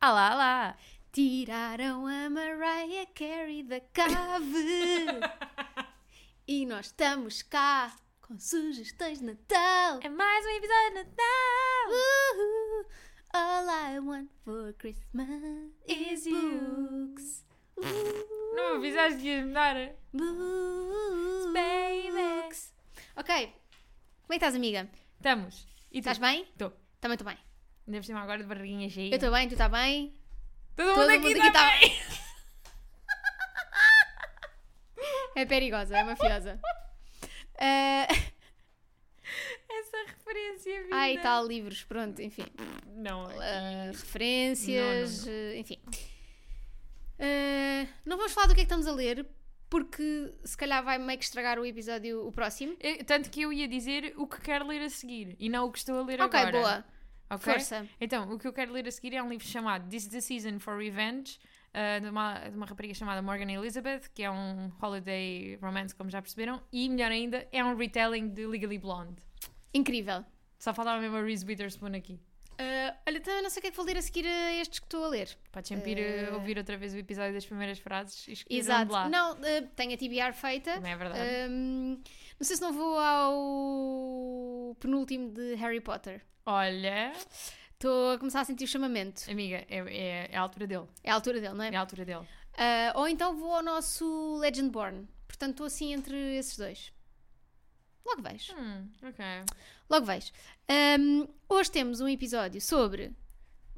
Ah lá, ah lá. Tiraram a Mariah Carey da cave. e nós estamos cá com sugestões de Natal. É mais um episódio de Natal! Uhul. All I want for Christmas is Is books. Uhul. Não me avisaste que ias mudar? Books. Baby. Ok. Como é que estás, amiga? Estamos. E tu? Estás bem? Estou. Também estou bem. Ainda por cima agora de barriguinha cheia. Eu estou bem, tu estás bem? Todo, Todo mundo aqui mundo aqui está tá bem. É perigosa, é mafiosa. Eh, Essa referência, vida. ai, tá. tal, livros, pronto, enfim. Não. Eh, referências, eh, enfim. Eh, não vamos falar do que é que estamos a ler, porque se calhar vai meio que estragar o episódio o próximo. Eu- tanto que eu ia dizer o que quero ler a seguir e não o que estou a ler ok, agora. boa. Ok? Força. Então, o que eu quero ler a seguir é um livro chamado This is the Season for Revenge, ah, de, uma, de uma rapariga chamada Morgan Elizabeth, que é um holiday romance, como já perceberam, e melhor ainda, é um retelling de Legally Blonde. Incrível. Só faltava mesmo a Reese Witherspoon aqui. Eh, olha, também não sei o que é que vou ler a seguir a estes que estou a ler. Podes sempre ir ah, Eh. ouvir outra vez o episódio das primeiras frases e escolher um Exato. de lá. Não, eh, tenho a TBR feita. Também é verdade. Ehm, não sei se não vou ao penúltimo de Harry Potter. Olha, Estou a começar a sentir o chamamento. amiga, é, é- é a altura dele. É a altura dele, não é? É a altura dele. Ah, ou então vou ao nosso Legendborn. Portanto, estou assim entre esses dois. Logo vejo. Hum, ok. Logo vejo. Ahm, hoje temos um episódio sobre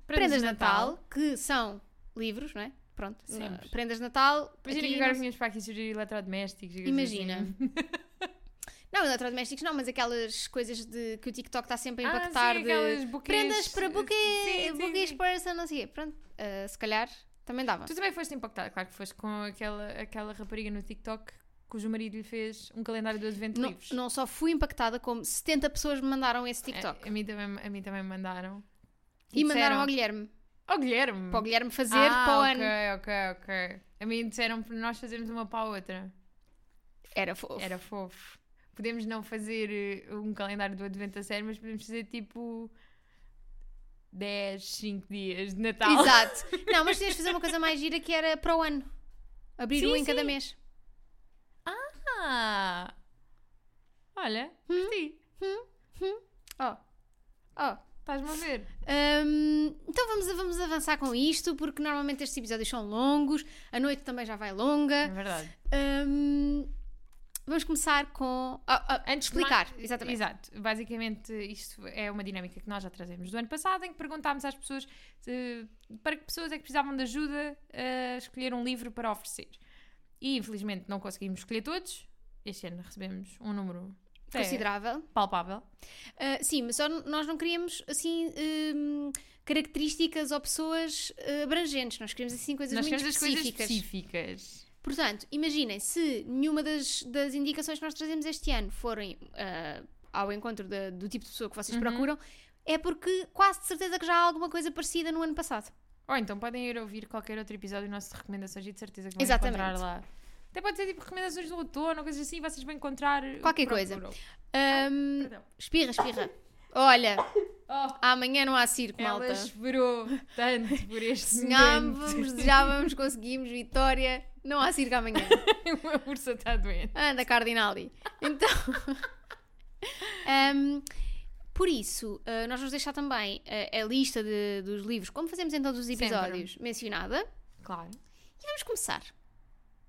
prendas de Natal, que são livros, não é? Pronto. Sempre. Ah, Prendas de Natal. aqui Imagina é que agora não- vinhamos para aqui sugerir eletrodomésticos. e coisas Imagina. assim. Não, eletrodomésticos não, mas aquelas coisas de que o TikTok está sempre a Ah, impactar sim, de aquelas buquês. prendas para Sim, buquê, sim, buquês sim. person, não sei o quê. Pronto, ah, se calhar também dava. Tu também foste impactada, claro que foste com aquela, aquela rapariga no TikTok cujo marido lhe fez um calendário de advento de Não, livros. não só fui impactada, como 70 pessoas me mandaram esse TikTok. É, A, a mim também, a mim também mandaram. e mandaram ao disseram- Guilherme. ao Guilherme. Para o Guilherme fazer ah, para o ok, ano. ok, ok. A mim disseram para nós fazermos uma para a outra. Era fofo. Era fofo. Podemos não fazer eh, um calendário do advento a sério, mas podemos fazer tipo 10, 5 dias de Natal. Exato. Não, mas tinhas de fazer uma coisa mais gira que era para o ano. Abrir Sim, um em sim. cada mês. Ah, olha, curti. Ó. Ó. Estás-me a ver? Hum, então vamos, vamos avançar com isto, porque normalmente estes episódios são longos, a noite também já vai É longa. verdade. Hum, vamos começar com. ah, ah, Antes de explicar, mais- exatamente. Exato. Basicamente, isto é uma dinâmica que nós já trazemos do ano passado, em que perguntámos às pessoas eh, para que pessoas é que precisavam de ajuda a escolher um livro para oferecer. E infelizmente não conseguimos escolher todos. Este ano recebemos um número até Considerável. palpável. Ah, sim, mas só n- nós não queríamos assim hum, características ou pessoas ah, abrangentes, nós queríamos assim coisas nós muito queremos as coisas específicas. específicas. Portanto, imaginem se nenhuma das, das indicações que nós trazemos este ano forem ah, ao encontro da- do tipo de pessoa que vocês Uhum. procuram, é porque quase de certeza que já há alguma coisa parecida no ano passado. Ou então podem ir ouvir qualquer outro episódio nosso de recomendações e de certeza que vão Exatamente. encontrar lá. Até pode ser tipo recomendações do outono, ou coisas assim, vocês vão encontrar. o que Qualquer coisa. procuram. Ahm, Ah, Perdão. Hum, espirra, espirra. Olha, Oh, amanhã não há circo, ela malta. esperou É, tanto por este momento. Sonhávamos, desejávamos, conseguimos, vitória. Não há circo amanhã. Uma ursa está doente. Anda, Ah, Cardinali. Então. Ahm, por isso, ah, nós vamos deixar também ah, a lista de- dos livros, como fazemos em todos os Sempre. episódios, mencionada. Claro. E vamos começar.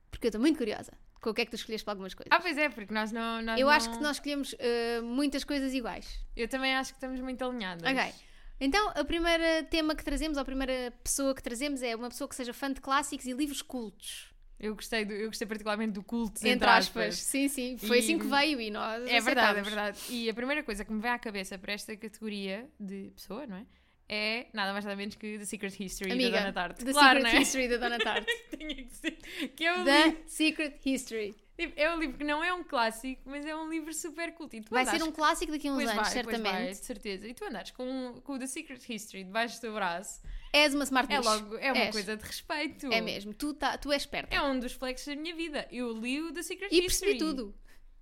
Porque eu estou muito curiosa com o que é que tu escolheste para algumas coisas. Ah, pois é, porque nós não. nós eu não- acho que nós escolhemos ah, muitas coisas iguais. Eu também acho que estamos muito alinhadas. Ok. Então, a primeira tema que trazemos, ou a primeira pessoa que trazemos é uma pessoa que seja fã de clássicos e livros cultos. Eu gostei, do- eu gostei particularmente do culto, Entre, aspas. Sim, sim. Foi E- assim que veio e nós É verdade, é aceitámos. verdade. E a primeira coisa que me vem à cabeça para esta categoria de pessoa, não é? É nada mais nada menos que The Secret History Amiga, da Dona Tarte. The claro, Secret não é? History da Dona Tarte. Tinha que ser. Que é um, livro, The Secret History. tipo, é um livro que não é um clássico, mas é um livro super culto. E tu Vai andas ser um clássico daqui a uns Pois anos, vai, pois vai, de certamente. certeza. E tu andares com, com o The Secret History debaixo do braço, És uma smart é bitch. logo, é uma És. coisa de respeito. É mesmo. Tu, tá, tu és esperta. É um dos flex da minha vida. Eu li o The Secret E History. percebi tudo.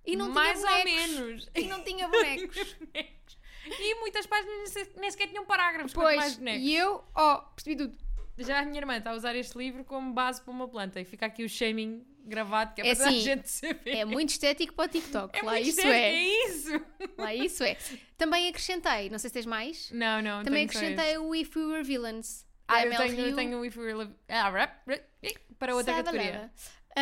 E não Mais tinha ou bonecos. menos. E não tinha bonecos. E muitas páginas nem se- nem sequer tinham parágrafos, quanto mais pois. bonecos. E eu, ó, percebi tudo. Já a minha irmã está a usar este livro como base para uma planta e fica aqui o shaming gravado que é, É para toda a assim, gente saber. É muito estético para o TikTok. É lá muito isso sério, é. isso. Lá isso é. Também acrescentei, não sei se tens mais. Não, não. Também tenho só este. acrescentei o If We Were Villains. da Ah, eu Mel tenho, eu Rio. tenho o If We Were Liv- ah, rap, rap, ih, para É outra Sabe a categoria. Lara?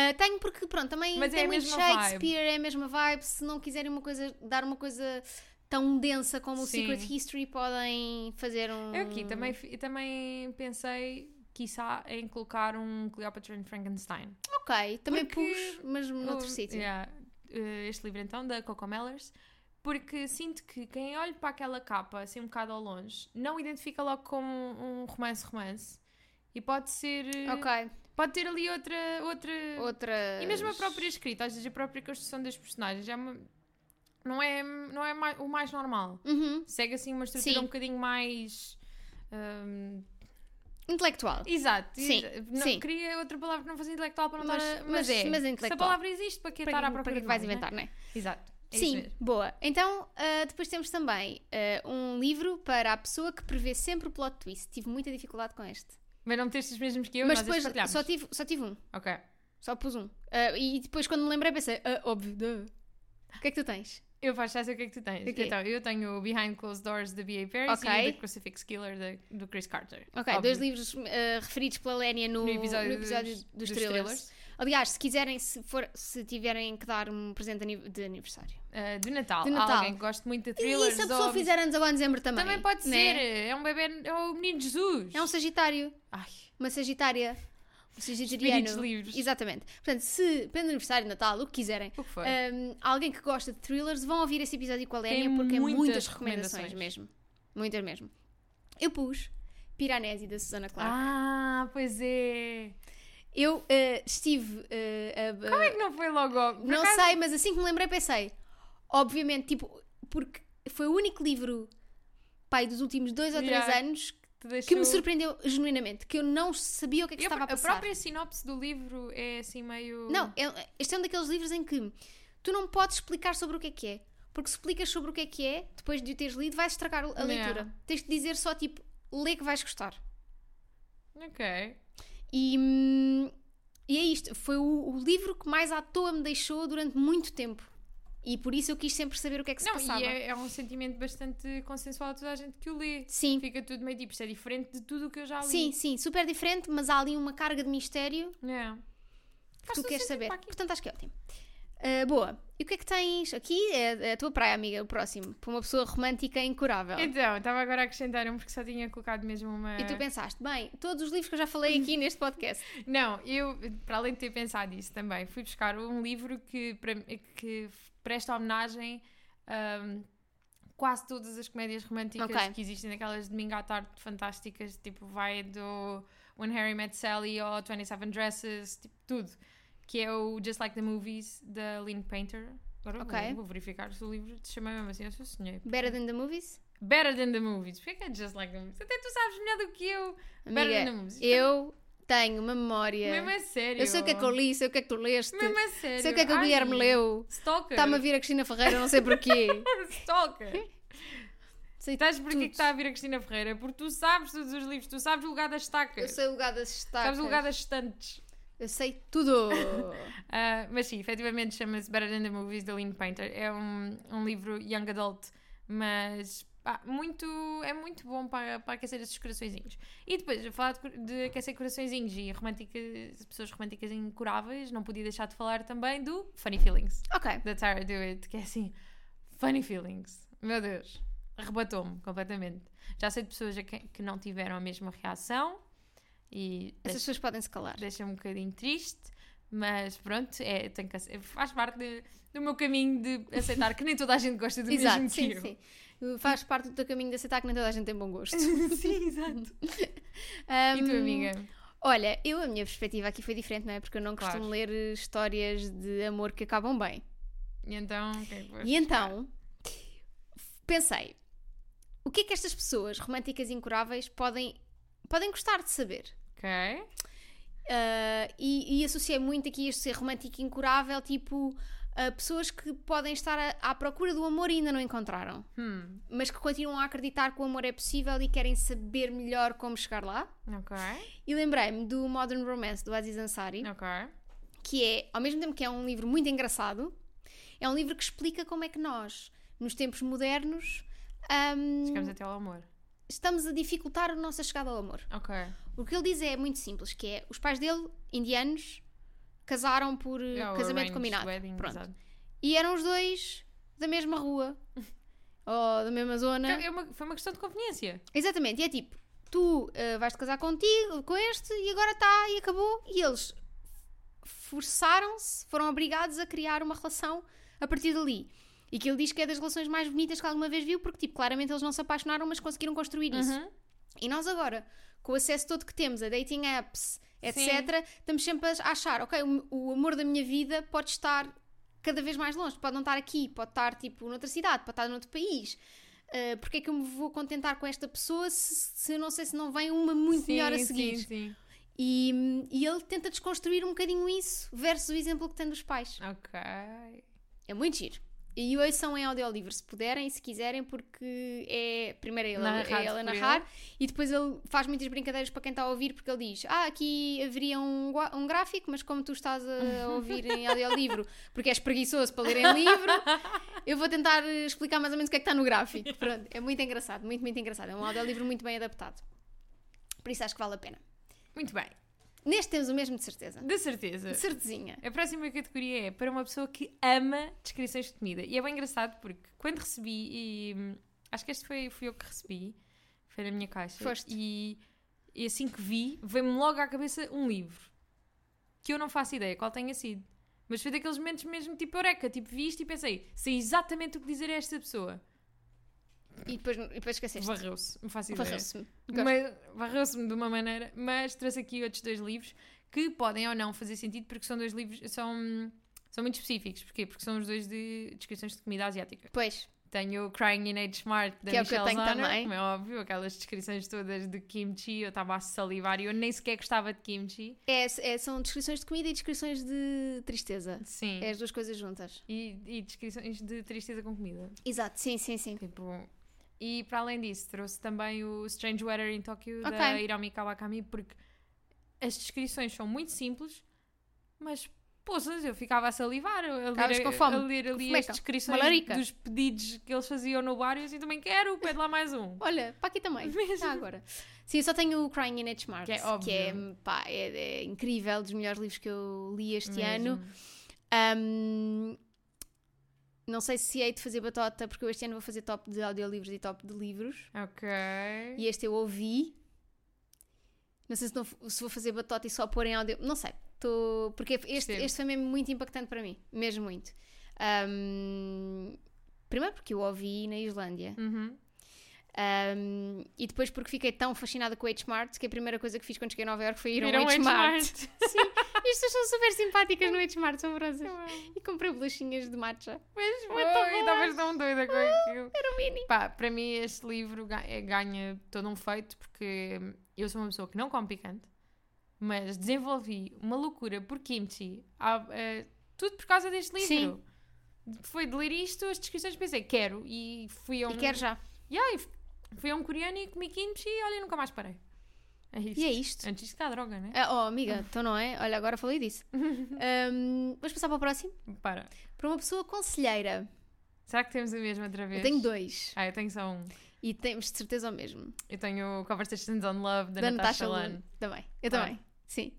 Ah, tenho porque, pronto, também Mas tem é a muito mesma Shakespeare, é a mesma vibe. Se não quiserem uma coisa, dar uma coisa tão densa como o Sim. Secret History, podem fazer um. Eu aqui também, fi- também pensei, quiçá, em colocar um Cleopatra and Frankenstein. Ok, também Porque- pus, mas noutro Eu- sítio. yeah, eh, Este livro então, da Coco Mellers. Porque sinto que quem olha para aquela capa, assim um bocado ao longe, não identifica logo como um romance-romance. E pode ser... eh, Ok, Pode ter ali outra... outra... outra. E mesmo a própria escrita, às vezes a própria construção dos personagens é uma- não é, não é mai- o mais normal. Uhum. Segue assim uma estrutura Sim. um bocadinho mais. hum, Intelectual. exato. Sim, Exa- Não, sim. Queria outra palavra que não fosse intelectual para não Mas- estar. a- mas- é. mas é Se a intelectual. palavra existe, para que estar à Para, procura para que é que de vais mais, né? inventar, não é? Exato. É isso Sim, mesmo. boa. Então, ah, depois temos também ah, um livro para a pessoa que prevê sempre o plot twist. Tive muita dificuldade com este. Mas não meteste os mesmos que eu, Mas nós depois estes partilhámos. só tive, só tive um. Ok. Só pus um. Ah, e depois, quando me lembrei, pensei, ah, óbvio. duh. O que é que tu tens? Eu faço já sei o que é que tu tens. O quê? Então, eu tenho o Behind Closed Doors da B.A. Paris Ok. e o The Crucifix Killer da- do Chris Carter. Ok, Óbvio. dois livros ah, referidos pela Lénia no, no episódio, dos, thrillers. Aliás, se quiserem, se, for, se tiverem que dar um presente ani- de aniversário. Uh, de Natal. De Natal. Há alguém que gosta muito de e thrillers. se a pessoa ou- fizer anos agora em dezembro também? Também pode né? ser. É um bebê. É o menino Jesus. É um sagitário. Ai, Uma sagitária. Um sagitariano. livres. Exatamente. Portanto, se, pelo aniversário, Natal, o que quiserem, o que foi? hum, alguém que gosta de thrillers, vão ouvir esse episódio com a Tem Lénia porque é muitas muitas recomendações, recomendações. mesmo. Muitas mesmo. Eu pus Piranesi da Susana Clark. Ah, pois é. Eu eh, estive eh, a- Como é que não foi logo? ao- por Não acaso- sei, mas assim que me lembrei pensei. Obviamente, tipo, porque foi o único livro, pai, dos últimos dois ou três Yeah. anos Te que deixou- me surpreendeu genuinamente, que eu não sabia o que é que Eu- estava a a passar. própria sinopse do livro é assim meio. Não, é- este é um daqueles livros em que tu não podes explicar sobre o que é que é. Porque se explicas sobre o que é que é, depois de o teres lido, vais estragar a Yeah. leitura. Tens de dizer só, tipo, lê que vais gostar. Ok. E, hum, e é isto. Foi o, o livro que mais à toa me deixou durante muito tempo. E por isso eu quis sempre saber o que é que se Não, passava. e é, é um sentimento bastante consensual a toda a gente que o lê. Sim, Fica tudo meio tipo, isto é diferente de tudo o que eu já li. sim, sim. Super diferente, mas há ali uma carga de mistério É. que Faz tu todo queres sentido saber. para aqui. Portanto, acho que é ótimo. Ah, boa. E o que é que tens? Aqui é é a tua praia, amiga, o próximo. Para uma pessoa romântica incurável. Então, estava agora a acrescentar um porque só tinha colocado mesmo uma. E tu pensaste, bem, todos os livros que eu já falei aqui neste podcast. Não, eu, para além de ter pensado isso também, fui buscar um livro que, para- que presta homenagem a quase todas as comédias românticas Ok. que existem, daquelas de domingo à tarde fantásticas, tipo vai do When Harry Met Sally ou 27 Dresses, tipo tudo. Que é o Just Like the Movies, da Lynn Painter. Agora Ok. vou, vou verificar se o livro se chama mesmo assim, eu só sonhei. Better Than The Movies? Better Than the Movies. Porquê que é Just Like the Movies? Até tu sabes melhor do que eu. Better Than the Amiga, Movies. então. eu tenho uma memória. Mesmo a sério. eu sei o que é que eu li, sei o que é que tu leste. Mesmo a sério. Sei o que é que o Ai, Guilherme leu. Stalker. Está-me a vir a Cristina Ferreira, não sei porquê. Stalker. Sei Estás porquê tudo. que está a vir a Cristina Ferreira? Porque tu sabes todos os livros, tu sabes o lugar das Eu estacas. sei o lugar das Sabes estacas. o lugar das estantes. Eu sei tudo. Ah, mas sim, efetivamente chama-se Better Than the Movies da Lynn Painter. É um, um livro young adult, mas pá, muito, é muito bom para, para aquecer esses coraçõezinhos. E depois, a falar de, cor- de aquecer coraçõezinhos e românticas, pessoas românticas incuráveis, não podia deixar de falar também do Funny Feelings. ok. da Tara Dewitt, que é assim, funny feelings. Meu Deus, arrebatou-me completamente. Já sei de pessoas a quem- que não tiveram a mesma reação e Essas pessoas podem se calar. deixa- deixa-me um bocadinho triste, mas pronto, é, tenho que ace- faz parte de- do meu caminho de aceitar que nem toda a gente gosta do Exato, mesmo sim, que sim. Faz parte do teu caminho de aceitar que nem toda a gente tem bom gosto. eu. sim, exato. E tu, Ahm, amiga? Olha, eu a minha perspectiva aqui foi diferente, não é? Porque eu não Claro. costumo ler eh, histórias de amor que acabam bem. E então, o que é que foi? E então pensei: o que é que estas pessoas românticas incuráveis podem, podem gostar de saber? Ok. Ah, e, e associei muito aqui este ser romântico incurável, tipo. ah, ah, pessoas que podem estar à, à procura do amor e ainda não encontraram, Hum, mas que continuam a acreditar que o amor é possível e querem saber melhor como chegar lá. ok, E lembrei-me do Modern Romance do Aziz Ansari, ok. que é, ao mesmo tempo que é um livro muito engraçado, é um livro que explica como é que nós, nos tempos modernos, ahm, Chegamos até ao amor. estamos a dificultar a nossa chegada ao amor. Ok. O que ele diz é muito simples, que é, os pais dele, indianos, casaram por eh, Yeah, É o casamento arranged combinado. wedding, Pronto. exato. E eram os dois da mesma rua, ou da mesma zona. É uma- foi uma questão de conveniência. Exatamente, e é tipo, tu eh, vais-te casar contigo, com este, e agora está, e acabou. E eles forçaram-se, foram obrigados a criar uma relação a partir dali. E que ele diz que é das relações mais bonitas que alguma vez viu, porque, tipo, claramente eles não se apaixonaram, mas conseguiram construir isso. Uhum. E nós agora, com o acesso todo que temos a dating apps, etc., estamos sempre a achar, ok, o, o amor da minha vida pode estar cada vez mais longe, pode não estar aqui, pode estar tipo noutra cidade, pode estar noutro país. Ah, porque é que eu me vou contentar com esta pessoa se, se eu não sei se não vem uma muito melhor a Sim, seguir? Sim, sim. E, e ele tenta desconstruir um bocadinho isso versus o exemplo que tem dos pais. Ok. É muito giro. E hoje são em audiolivro, se puderem, e se quiserem, porque é. Primeiro é ele, Narrado é ele a por narrar e depois ele faz muitas brincadeiras para quem está a ouvir, porque ele diz: Ah, aqui haveria um, gua- um gráfico, mas como tu estás a ouvir em audiolivro, porque és preguiçoso para ler em livro, eu vou tentar eh, explicar mais ou menos o que é que está no gráfico. Pronto, é muito engraçado, muito, muito engraçado. É um audiolivro muito bem adaptado. Por isso acho que vale a pena. Muito bem. Neste temos o mesmo de certeza. De certeza. De certezinha. A próxima categoria é para uma pessoa que ama descrições de comida. E é bem engraçado porque quando recebi, e hum, acho que este foi, fui eu que recebi, foi na minha caixa. Foste. E, e assim que vi, veio-me logo à cabeça um livro que eu não faço ideia qual tenha sido. Mas foi daqueles momentos mesmo tipo eureka, tipo vi isto e pensei, sei exatamente o que dizer a esta pessoa. E depois, e depois esqueceste. Varreu-se, não faço ideia. Varreu-se-me. Gosto. Mas varreu-se-me de uma maneira, mas trouxe aqui outros dois livros que podem ou não fazer sentido porque são dois livros, são, são muito específicos. Porquê? Porque são os dois de descrições de comida asiática. Pois. Tenho o Crying in Age Smart da Que é o que eu Michelle tenho Zahner, também. como é óbvio, aquelas descrições todas de kimchi, eu estava a salivar e eu nem sequer gostava de kimchi. É, é- são descrições de comida e descrições de tristeza. Sim. É as duas coisas juntas. E, e descrições de tristeza com comida. Exato, sim, sim, sim. Tipo, e para além disso, trouxe também o Strange Weather in Tokyo da Ok. Hiromi Kawakami, porque as descrições são muito simples, mas poças, eu ficava a salivar a Ficavas ler, com fome, a ler ali as fomeca, descrições uma larica. dos pedidos que eles faziam no bar e eu assim também quero, pede lá mais um. Olha, para aqui também. Mesmo. Já agora. Sim, eu só tenho o Crying in H. Mart, Que é óbvio. pá, é, é incrível, dos melhores livros que eu li este Mesmo. ano. Ahm, não sei se hei de fazer batota, porque eu este ano vou fazer top de audiolivros e top de livros. Ok. E este eu ouvi. Não sei se, não f- se vou fazer batota e só pôr em áudio. Não sei. Tô, porque este, Percebo. este foi mesmo muito impactante para mim. Mesmo muito. Ahm, primeiro porque eu ouvi na Islândia. Uhum. Ahm, e depois porque fiquei tão fascinada com o H-Mart que a primeira coisa que fiz quando cheguei a Nova York foi ir Viram ao o H-Mart. H-Mart. E as pessoas são super simpáticas no H-Mart, são brosas. E comprei bolachinhas de matcha. Mas Muito bom. foi, estavas tão doida com aquilo. Era um mini. Pá, para mim este livro ga- é- ganha todo um feito porque eu sou uma pessoa que não come picante, mas desenvolvi uma loucura por kimchi, há, eh, tudo por causa deste livro. Foi de ler isto, as descrições, pensei, quero, e fui a um... E quero já. Yeah, e f- fui a um coreano e comi kimchi e olha, nunca mais parei. É isto. E é isto. Antes disso que há droga, né? Ah, oh, amiga, então não é? Olha, agora falei disso. Ahm, vamos passar para o próximo? Para. Para uma pessoa conselheira. Será que temos a mesma outra vez? Eu tenho dois. Ah, eu tenho só um. E temos de certeza o mesmo. Eu tenho Conversations on Love da, Da Natasha Natasha Lane. Lund. Também. Eu Ah. também. Sim.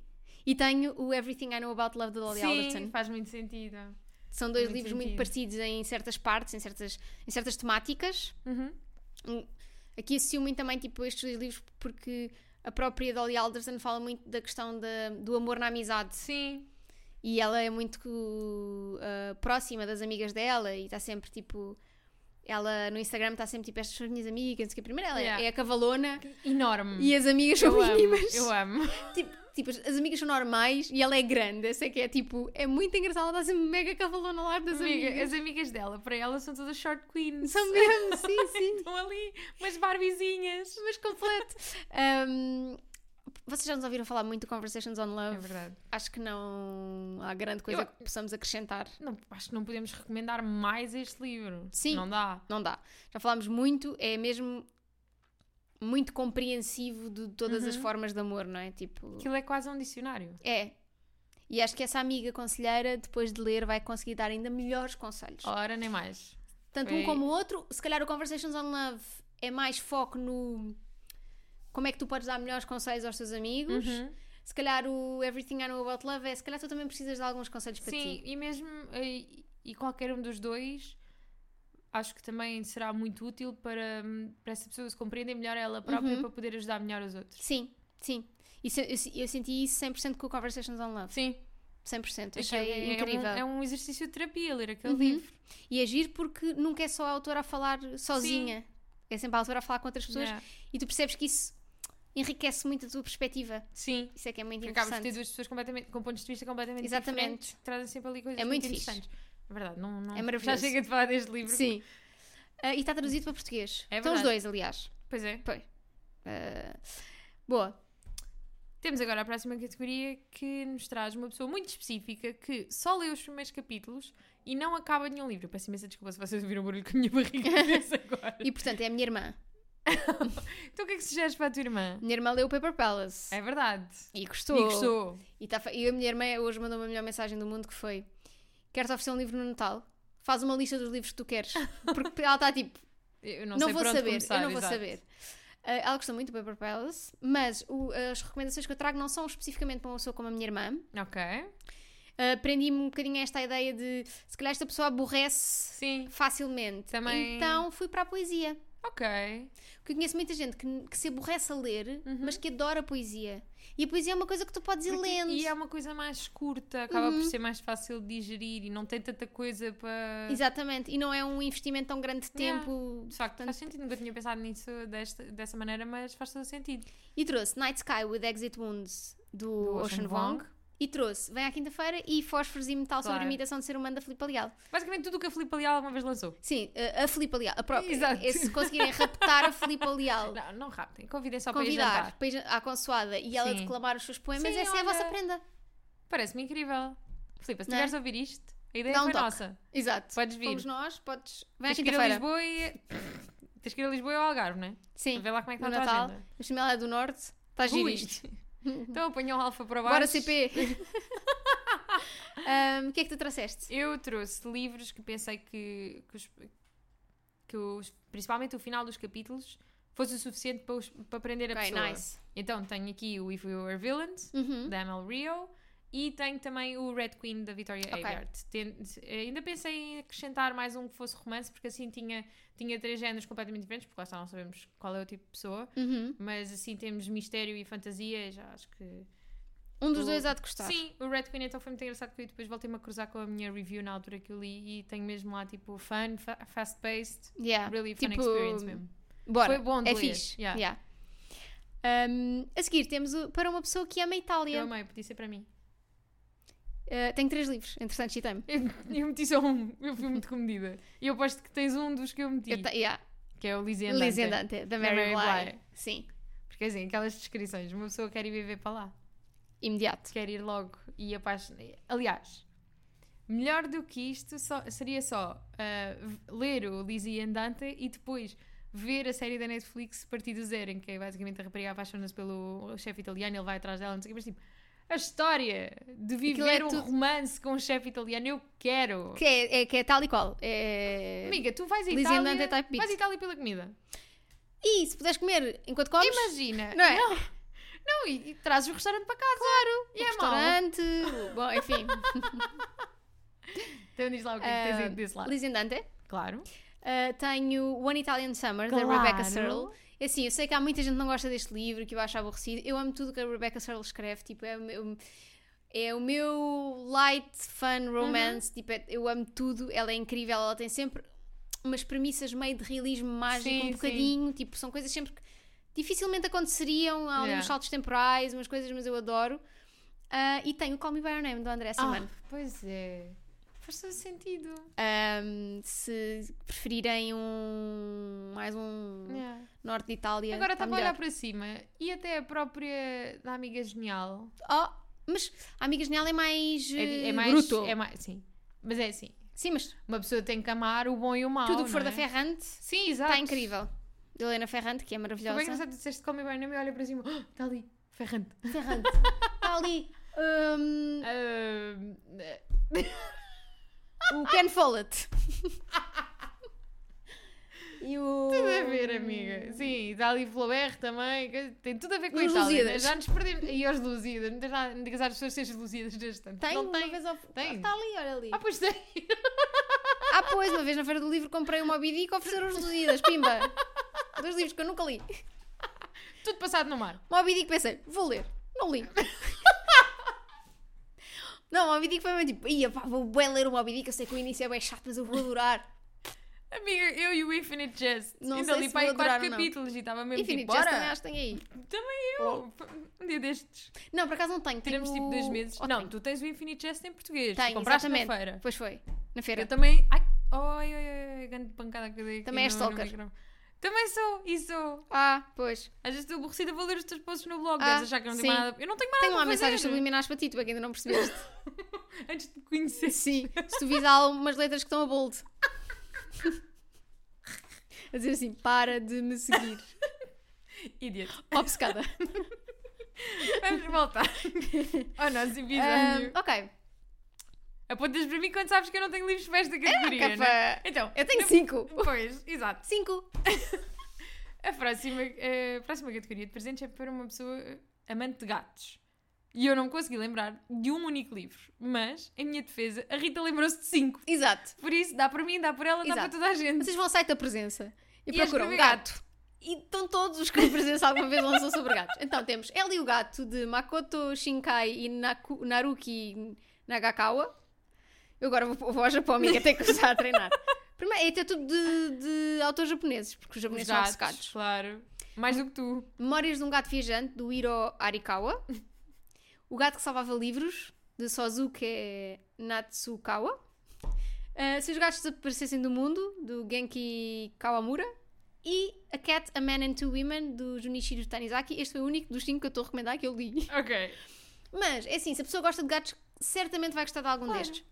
E tenho o Everything I Know About Love da Dolly Sim, Alderton. faz muito sentido. São dois muito livros sentido. muito parecidos em certas partes, em certas, em certas temáticas. Uhum. Hum, Aqui associo muito também tipo, estes dois livros porque a própria Dolly Alderton fala muito da questão da- do amor na amizade. Sim, E ela é muito uh, próxima das amigas dela e está sempre tipo. Ela no Instagram está sempre tipo, estas são as minhas amigas, não sei o que. Primeiro ela é- Yeah. é a cavalona enorme. e as amigas são eu, amo, mínimas. eu amo. Tipo, tipo, as as amigas são normais e ela é grande. Essa é que é tipo, é muito engraçada, ela está sempre mega cavalona lá das Amiga, amigas. As amigas dela, para ela, são todas short queens. São mesmo, sim, sim. Estão ali, umas barbizinhas. Mas completo. Ahm, Vocês já nos ouviram falar muito de Conversations on É Love? verdade. Acho que não há grande coisa Eu- que possamos acrescentar. Não, acho que não podemos recomendar mais este livro. Sim. Não dá. Não dá. Já falámos muito, é mesmo muito compreensivo de todas Uhum. as formas de amor, não é? Tipo. Aquilo é quase um dicionário. É. E acho que essa amiga conselheira, depois de ler, vai conseguir dar ainda melhores conselhos. Ora, nem mais. Tanto foi- um como o outro. Se calhar o Conversations on Love é mais foco no como é que tu podes dar melhores conselhos aos teus amigos. Uhum. Se calhar o Everything I Know About Love é se calhar tu também precisas de alguns conselhos para Sim, ti. e mesmo e, e qualquer um dos dois acho que também será muito útil para, hum, para essa pessoa se compreender melhor ela própria Uhum. para poder ajudar melhor os outros. Sim, sim. Isso, eu, eu senti isso 100% com o Conversations on Love. Sim, 100%. aquilo Achei é, incrível. Um, é um exercício de terapia ler aquele Uhum. livro. E agir porque nunca é só a autora a falar sozinha. É sempre a autora a falar com outras pessoas. Yeah. E tu percebes que isso enriquece muito a tua perspectiva. Sim, Isso é que é muito porque acabas de ter interessante. duas pessoas completamente, com pontos de vista completamente Exatamente. diferentes que trazem sempre ali coisas É muito, muito fixe. interessantes. É verdade, não, não, É maravilhoso. já chega de falar deste livro. Sim. Ah, e está traduzido para português. É Estão os verdade. dois, aliás. Pois é. Pois. Ah, boa. Temos agora a próxima categoria que nos traz uma pessoa muito específica que só leu os primeiros capítulos e não acaba nenhum livro. Eu Peço imensa desculpa se vocês ouviram o barulho que a minha barriga fez agora. E portanto é a minha irmã. Então o que é que sugeres para a tua irmã? Minha irmã leu o Paper Palace. É verdade. E gostou. E gostou. E, tá fe- e a minha irmã hoje mandou-me a melhor mensagem do mundo que foi: Queres oferecer um livro no Natal? Faz uma lista dos livros que tu queres. Porque ela está tipo, Eu não, não, sei vou por onde saber, começar, eu não vou exato. saber. Ah, ela gostou muito do Paper Palace, mas o- as recomendações que eu trago não são especificamente para uma pessoa como a minha irmã. Ok. Ah, Aprendi-me um bocadinho a esta ideia de se calhar esta pessoa aborrece Sim. facilmente. Também- Então fui para a poesia. Ok. Porque eu conheço muita gente que, que se aborrece a ler, mas que adora a poesia. E a poesia é uma coisa que tu podes ir Uhum. Porque- lendo. E é uma coisa mais curta, acaba Uhum. por ser mais fácil de digerir e não tem tanta coisa para. Exatamente. E não é um investimento tão grande de Yeah. tempo. De facto, faz sentido, nunca tinha pensado nisso desta, dessa maneira, mas faz todo sentido. E trouxe Night Sky with Exit Wounds do, Ocean Ocean Vong. Vuong. E trouxe Vem à Quinta-feira e Fósforos e Metal sobre Claro. a imitação de ser humano da Filipe Leal. Basicamente tudo o que a Filipe Leal alguma vez lançou. Sim, a, a Filipe Leal, a própria. Exato. É, se conseguirem raptar a Filipe Leal, Não, não raptem, convidem só para ir convidar jantar. para ir jan- à consoada e ela Sim. declamar os seus poemas, Sim, essa é a olha. vossa prenda. Parece-me incrível. Filipe, se Não é? tiveres a ouvir isto, a ideia Dá um foi toque. nossa. Exato. Podes vir. Fomos nós, podes. Vem à Tens que ir a Quinta-feira. Lisboa e. Tens que ir a Lisboa e ao Algarve, não é? Sim. Vê lá como é que no está a tua Natal. agenda. Mas também ela é do Norte. Está giro Ui. isto. Então apanha o Alfa para baixo. Bora, CP! Ahm, O que é que tu trouxeste? Eu trouxe livros que pensei que, que, os- que os- principalmente o final dos capítulos fosse o suficiente para, os- para aprender a Ok, pessoa. nice. Então tenho aqui o If We Were Villains, Uhum. da Amel Rio, e tenho também o Red Queen da Victoria Ok. Eggert. Ten- Ainda pensei em acrescentar mais um que fosse romance, porque assim tinha, tinha três géneros completamente diferentes, porque lá está, não sabemos qual é o tipo de pessoa, Uhum. mas assim temos mistério e fantasia, já acho que Um dos O- dois há de gostar. Sim, o Red Queen então foi muito engraçado porque eu depois voltei-me a cruzar com a minha review na altura que eu li e tenho mesmo lá tipo fun, fa- fast-paced, Yeah. really fun Tipo, experience mesmo. Bora. Foi bom de É ler. fixe. Yeah. Yeah. Ahm, a seguir temos o- para uma pessoa que ama a Eu Itália. amei, podia ser para mim. Ah, tenho três livros, entretanto, citei-me. Eu, eu meti só um, eu fui muito comedida. E eu aposto que tens um dos que eu meti, Eu te- yeah. que é o Lizzie Andante. Liz and Dante, da Mary, Mary Blair. Sim, Porque assim, aquelas descrições, uma pessoa quer ir viver para lá, imediato. quer ir logo e apaixona. Aliás, melhor do que isto só- seria só ah, v- ler o Lizzie Andante e depois ver a série da Netflix partir do zero, em que é basicamente a rapariga apaixona-se pelo chefe italiano, ele vai atrás dela, não sei o que, mas tipo, a história de viver é um tudo- romance com um chefe italiano, eu quero. Que é, é- que é tal e qual. É... Amiga, tu vais a Lizzie Itália, Andante é type beat. vais a Itália pela comida. E se puderes comer enquanto comes, Imagina. não é? Não, e, e trazes o restaurante para casa. Claro. O E é mau. restaurante, o- bom, enfim. Então diz lá o que é que ah, tens aí desse lado. Liz and Dante. Claro. Uh, tenho One Italian Summer, da Claro. Rebecca Searle. Assim, eu sei que há muita gente que não gosta deste livro, que eu acho aborrecido. Eu amo tudo que a Rebecca Searle escreve. Tipo, é o meu, é o meu light, fun Uhum. romance. Tipo, é- eu amo tudo. Ela é incrível. Ela tem sempre umas premissas meio de realismo mágico, Sim, um sim. bocadinho. Tipo, são coisas sempre que dificilmente aconteceriam. Há Yeah. uns saltos temporais, umas Ah, coisas, mas eu adoro. Uh, e tenho o Call Me By Your Name, do André Simone. pois Ah, é. Faz todo sentido. Ahm, se preferirem um. mais um. Yeah. Norte de Itália. Agora está estava a olhar É, tá melhor. para cima e até a própria da amiga genial. Oh, mas a amiga genial é mais. É, di- é eh, mais. bruto. É mais, sim. Mas é assim. Sim, mas Uma pessoa tem que amar o bom e o mau. tudo o que for não da é? Ferrante Sim, exato. está incrível. De Helena Ferrante, que é maravilhosa. Como é que tu disseste Call Me By Your Name e olha para cima? "Ah, Está ali, Ferrante. Ferrante. Está ali. hum, Ah, o Ken Follett. e o. tudo a ver, amiga. Sim, está ali Flaubert também. que Tem tudo a ver com E a os Itália. né? Lusíadas. Já nos perdemos. E aos Lusíadas. Não tens nada- Não digas às pessoas que sejas Lusíadas deste ano. Tem, Não uma tem. vez ao... Tem. Está ali, olha ali. Ah, pois tem. Ah, pois, uma vez na Feira do Livro comprei uma Moby Dick e ofereceram os Lusíadas, pimba. Dois livros que eu nunca li. Tudo passado no mar. Moby Dick pensei, vou ler, não li. não, Moby Dick foi mesmo tipo, ia pá, vou bem ler o Moby Dick, eu sei que o início é bem chato, mas eu vou adorar. Amiga, eu e o Infinite Jest. Não Ainda sei li se para aí vou quatro adorar ou não. capítulos e estava mesmo Infinite tipo, Jest bora. também acho que tem aí. Também eu. Um dia destes. Não, por acaso não tenho. Tiramos tenho tipo o- dois meses. Oh, não, tenho. tu tens o Infinite Jest em português. tu Tenho, compraste exatamente. na feira. Pois foi, na feira. Eu também. Ai, oi, oi, oi, grande pancada que eu dei aqui Também és no- no stalker. micro. Também sou, e sou. Ah, pois. Às vezes estou aborrecida vou ler os teus posts no blog, Ah, deves achar que eu não tenho sim. nada. Eu não tenho mais Tenho lá nada para Ah, fazer. mensagens subliminares para ti, tu é que ainda não percebeste. Antes de te conhecer. Sim, se tu vis há umas letras que estão a bold. A dizer assim, para de me seguir. Idiot. Obcecada. Vamos voltar ao nosso Ahm, episódio. ok. Apontas para mim quando sabes que eu não tenho livros para esta categoria, não é? Capa- Então, Eu tenho cinco. Pois, exato. Cinco. A próxima, eh, a próxima categoria de presentes é para uma pessoa amante de gatos. E eu não me consegui lembrar de um único livro, mas, em minha defesa, a Rita lembrou-se de cinco. Exato. Por isso, dá para mim, dá para ela, dá Exato. para toda a gente. Vocês vão ao site da presença e, E procuram um escrever gato. E estão todos os que a presença alguma vez lançou sobre gatos. Então temos Ela e o Gato de Makoto Shinkai e Naku- Naruki Nagakawa. Eu agora vou, vou ao Japão, amiga, tenho que começar a treinar. Primeiro, é até tudo de, de autores japoneses, porque os Os japoneses são gatos, obcecados. claro. Mais do que tu. Memórias de um Gato Viajante, do Hiro Arikawa. O Gato que Salvava Livros, de Sozuke Natsukawa. Ah, Se os Gatos Desaparecessem do Mundo, do Genki Kawamura. E A Cat, A Man and Two Women, do Junichiro Tanizaki. Este foi o único dos cinco que eu estou a recomendar que eu li. Ok. Mas, é assim, se a pessoa gosta de gatos, certamente vai gostar de algum Claro. destes.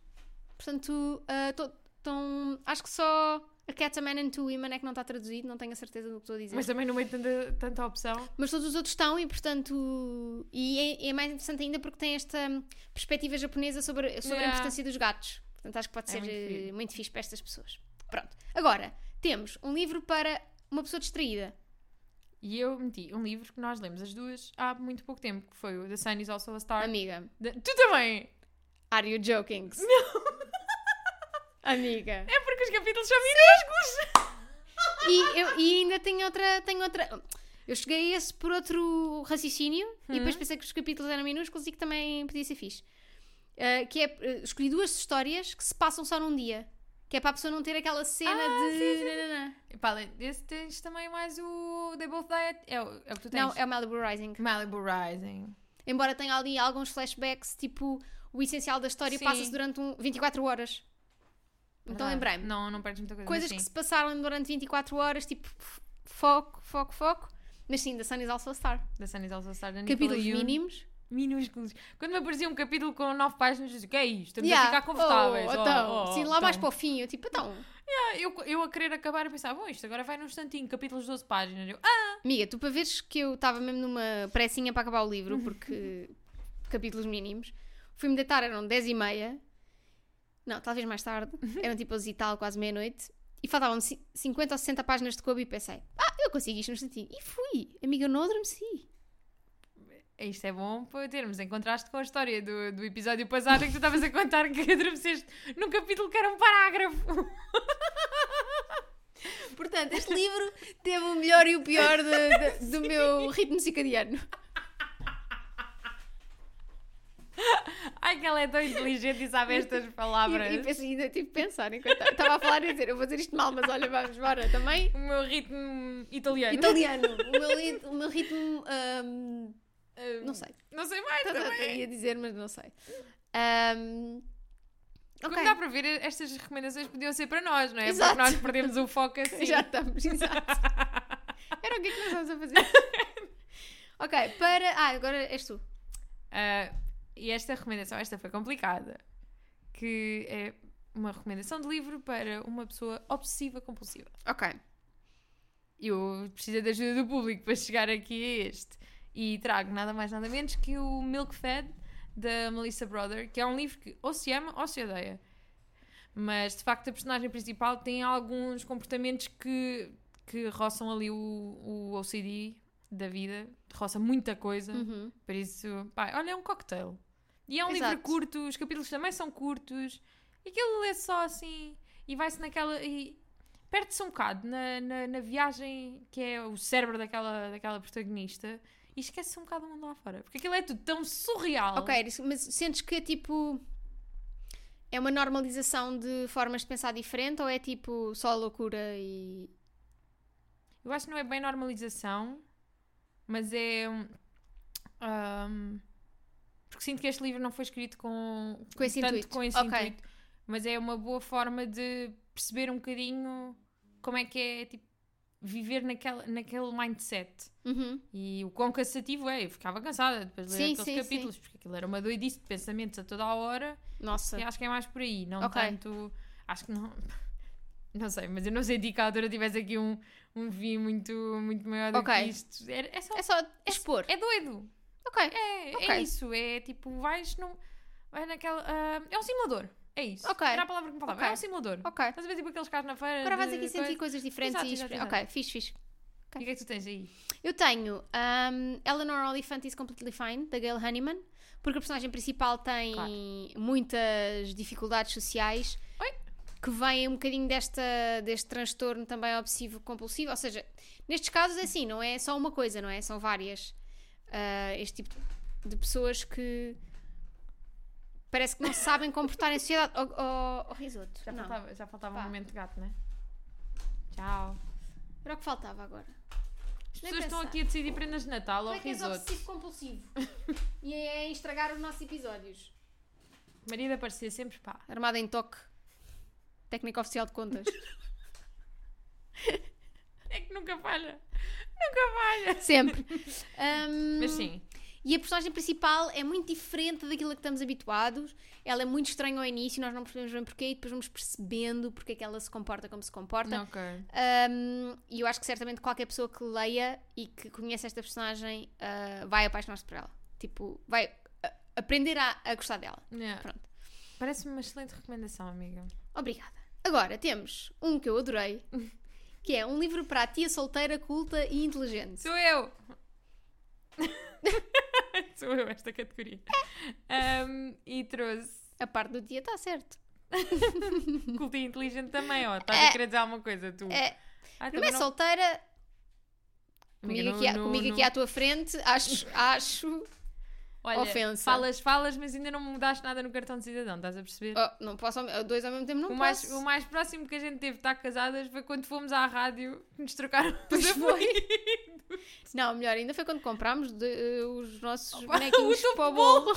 Portanto, ah, tô- tão- acho que só A Cat, A Man and Two Women é que não está traduzido, não tenho a certeza do que estou a dizer. Mas também no meio de tanta, tanta opção. Mas todos os outros estão e, portanto, e é, é mais interessante ainda porque tem esta hum, perspectiva japonesa sobre, sobre Yeah. a importância dos gatos. Portanto, acho que pode É ser muito eh, fixe. muito, fixe para estas pessoas. Pronto. Agora, temos um livro para uma pessoa distraída. E eu meti um livro que nós lemos as duas há muito pouco tempo, que foi o The Sun Is Also a Star. Amiga. Da- Tu também! Are you joking? Não! Amiga. É porque os capítulos são minúsculos! E, eu- e ainda tenho outra, tenho outra. Eu cheguei a esse por outro raciocínio e Uhum. depois pensei que os capítulos eram minúsculos e que também podia ser fixe. Ah, que é, eh, escolhi duas histórias que se passam só num dia. Que é para a pessoa não ter aquela cena Ah, de. nananã. Pá, além desse tens também mais o They Both Die at... é, o, é o que tu tens. Não, é o Malibu Rising. Malibu Rising. Embora tenha ali alguns flashbacks, tipo, o essencial da história Sim. passa-se durante um, 24 horas. Então Verdade. lembrei-me. Ah, Não, não perdes muita coisa. coisas mas assim que sim. se passaram durante 24 horas, tipo, f- foco, foco, foco. Mas sim, da Sun is also a Star. The Sun Is Also a Star da Nicola Capítulos Yoon. mínimos. tipo, Minúsculos. Quando me aparecia um capítulo com nove páginas, eu disse, o que é isto? Estamos Yeah. a ficar confortáveis. Oh, Oh, então, oh, sim, lá então. mais para o fim, eu tipo, então, Ah, Eu, eu a querer acabar a pensar, bom, isto agora vai num instantinho, capítulos de 12 páginas. Eu, ah, amiga, tu para veres que eu estava mesmo numa pressinha para acabar o livro, porque capítulos mínimos, fui-me deitar, eram 10 e meia, não, talvez mais tarde, eram tipo 11 e tal, quase meia-noite, e faltavam ci- 50 ou 60 páginas de coube e pensei, ah, eu consigo isto num instantinho, e fui, amiga, eu não adormeci. Isto é bom para termos em contraste com a história do, do episódio passado em que tu estavas a contar que adormeceste num capítulo que era um parágrafo. Portanto, este livro teve o melhor e o pior de- de- do meu ritmo circadiano. Ai, que ela é tão inteligente e sabe estas palavras. E, e pensei, ainda tive de pensar enquanto estava a falar e a dizer, eu vou dizer isto mal, mas olha, vamos embora também. O meu ritmo italiano. É Italiano, o meu, li- o meu ritmo. ahm, Ah, não sei. Não sei mais Eu também. ia dizer, mas não sei. Ahm, Como Hum, Ok. dá para ver, estas recomendações podiam ser para nós, não é? Exato. Porque nós perdemos o foco assim. Já estamos, exato. Era o que é que nós estamos a fazer. ok, para. Ah, agora és tu. Ah, e esta recomendação, esta foi complicada. Que é uma recomendação de livro para uma pessoa obsessiva compulsiva. Ok. Eu preciso da ajuda do público para chegar aqui a este. E trago nada mais nada menos que o Milk Fed, da Melissa Brother, que é um livro que ou se ama ou se odeia. Mas de facto a personagem principal tem alguns comportamentos que, que roçam ali o, o OCD da vida, roça muita coisa. Uhum. Por isso, pá, olha, é um cocktail. E é um Exato. livro curto, os capítulos também são curtos. E aquilo é só assim. E vai-se naquela. E perde-se um bocado na, na, na viagem que é o cérebro daquela, daquela protagonista. E esquece-se um bocado o mundo lá fora. Porque aquilo é tudo tão surreal. Ok, era isso, mas sentes que é tipo. É uma normalização de formas de pensar diferente ou é tipo só loucura e. Eu acho que não é bem normalização, mas é. um, um, porque sinto que este livro não foi escrito com, Com esse tanto intuito. com esse Ok. intuito. Mas é uma boa forma de perceber um bocadinho como é que é tipo, viver naquela, naquele mindset. Uhum. E o quão cansativo é, eu ficava cansada depois de ler Sim, aqueles sim, capítulos, porque aquilo era uma doidice de pensamentos a toda a hora. Nossa. E acho que é mais por aí, não Ok. tanto. Acho que não. Não sei, mas eu não sei de que a autora tivesse aqui um, um vi muito, muito maior do Ok. que isto. É, é só. É só expor. É doido. Ok. É, Ok. é isso. É tipo, vais num. Vai naquela. ah, é um simulador. É isso. Ok. Era a palavra que me falava. Ok. É um simulador. Ok. Estás a ver tipo aqueles carros na feira. Agora de vais aqui sentir coisa. coisas diferentes Exato, e. exato, expre- Ok, fixe, fixe. E o que é que tu tens aí? Eu tenho um, Eleanor Oliphant is Completely Fine, da Gail Honeyman, porque a personagem principal tem Claro. muitas dificuldades sociais Oi. que vêm um bocadinho desta, deste transtorno também obsessivo-compulsivo. Ou seja, nestes casos é assim, não é só uma coisa, não é? São várias. Ah, este tipo de pessoas que parece que não se sabem comportar em sociedade. Oh, oh, oh, risoto. Já não. faltava, já faltava um Pá. momento de gato, né? Tchau. Era o que faltava agora. As Nem pessoas estão pensar. aqui a decidir prendas de Natal Como ou é que és risoto. obsessivo-compulsivo? e é estragar os nossos episódios. Maria da Parecia sempre pá. Armada em toque. Técnica oficial de contas. É que nunca falha. Nunca falha. Sempre. Ahm, Mas sim. E a personagem principal é muito diferente daquilo a que estamos habituados. Ela é muito estranha ao início, nós não percebemos bem porquê e depois vamos percebendo porque é que ela se comporta como se comporta. Ok. Ahm, e eu acho que certamente qualquer pessoa que leia e que conheça esta personagem ah, vai apaixonar-se por ela. Tipo, vai ah, aprender a, a gostar dela. Yeah. Pronto. Parece-me uma excelente recomendação, amiga. Obrigada. Agora temos um que eu adorei, que é um livro para a tia solteira, culta e inteligente. Sou eu! Sou eu esta categoria. Um, e trouxe A parte do dia está certo. culto e inteligente também, ó. Estás a querer dizer alguma coisa, tu? É, Ah, também primeiro não- solteira, Amiga, comigo, não- aqui, à- não- comigo não- aqui à tua frente, acho, acho. Olha, ofensa. Falas, falas, mas ainda não mudaste nada no cartão de cidadão, estás a perceber? Oh, não posso, ao me- dois ao mesmo tempo não o, mais, posso. o mais próximo que a gente teve de estar casadas foi quando fomos à rádio nos trocaram Pois os foi. apelidos. Não, melhor ainda foi quando comprámos de- eh, os nossos o bonequinhos topo para o bolo.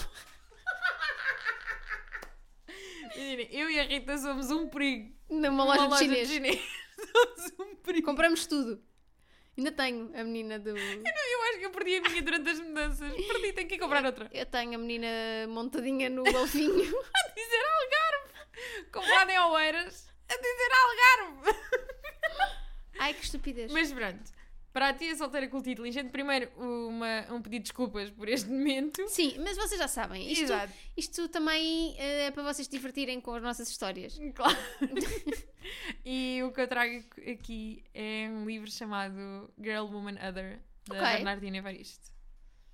Menina, Eu e a Rita somos um perigo. Numa loja, Uma de chinês. somos um perigo. Compramos tudo. Ainda tenho a menina do. Eu acho que eu perdi a minha durante as mudanças. Perdi, tenho que ir comprar outra. Eu tenho a menina montadinha no golfinho. A dizer Algarve. Comprada em Oeiras. A dizer Algarve. Ai que estupidez. Mas pronto. Para a tia solteira culta e inteligente, primeiro uma- um pedido de desculpas por este momento. Sim, mas vocês já sabem. Isto, Exato. isto também eh, é para vocês se divertirem com as nossas histórias. Claro. e o que eu trago aqui é um livro chamado Girl, Woman, Other, da Ok. Bernardina Evaristo.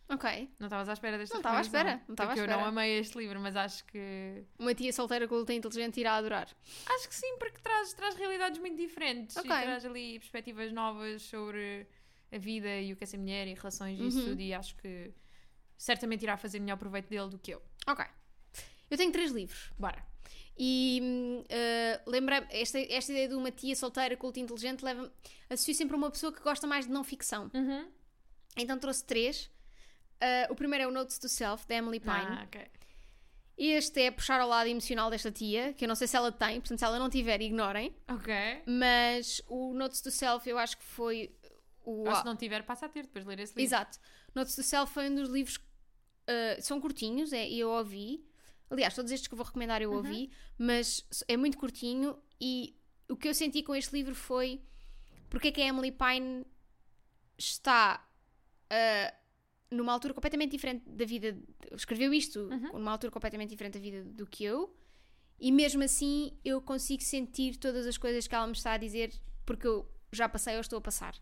Ok. Não estavas à espera desta Não estava à recomendação? espera, não estava à Porque eu não espera. amei este livro, mas acho que... Uma tia solteira culta e inteligente irá adorar. Acho que sim, porque traz, traz realidades muito diferentes Ok. e traz ali perspectivas novas sobre a vida e o que é ser mulher e relações e isso Uhum. tudo e acho que certamente irá fazer melhor proveito dele do que eu. Ok. Eu tenho três livros. Bora. E hum, eh, lembra esta, esta ideia de uma tia solteira, culta e inteligente, leva associo sempre a uma pessoa que gosta mais de não ficção. Uhum. Uh, Então trouxe três. Eh, o primeiro é o Notes to Self, da Emily Pine. Ah, ok. Este é puxar ao lado emocional desta tia, que eu não sei se ela tem, portanto, se ela não tiver, ignorem. Ok. Mas o Notes do Self eu acho que foi o. Ou se não tiver, passa a ter depois de ler esse livro. Exato. Notes do Self foi um dos livros. eh, são curtinhos, é, eu ouvi. Aliás, todos estes que vou recomendar Uhum. eu ouvi, mas é muito curtinho e o que eu senti com este livro foi porque é que a Emily Pine está ah, numa altura completamente diferente da vida. de- Escreveu isto Uhum. numa altura completamente diferente da vida do que eu, e mesmo assim eu consigo sentir todas as coisas que ela me está a dizer porque eu já passei ou estou a passar.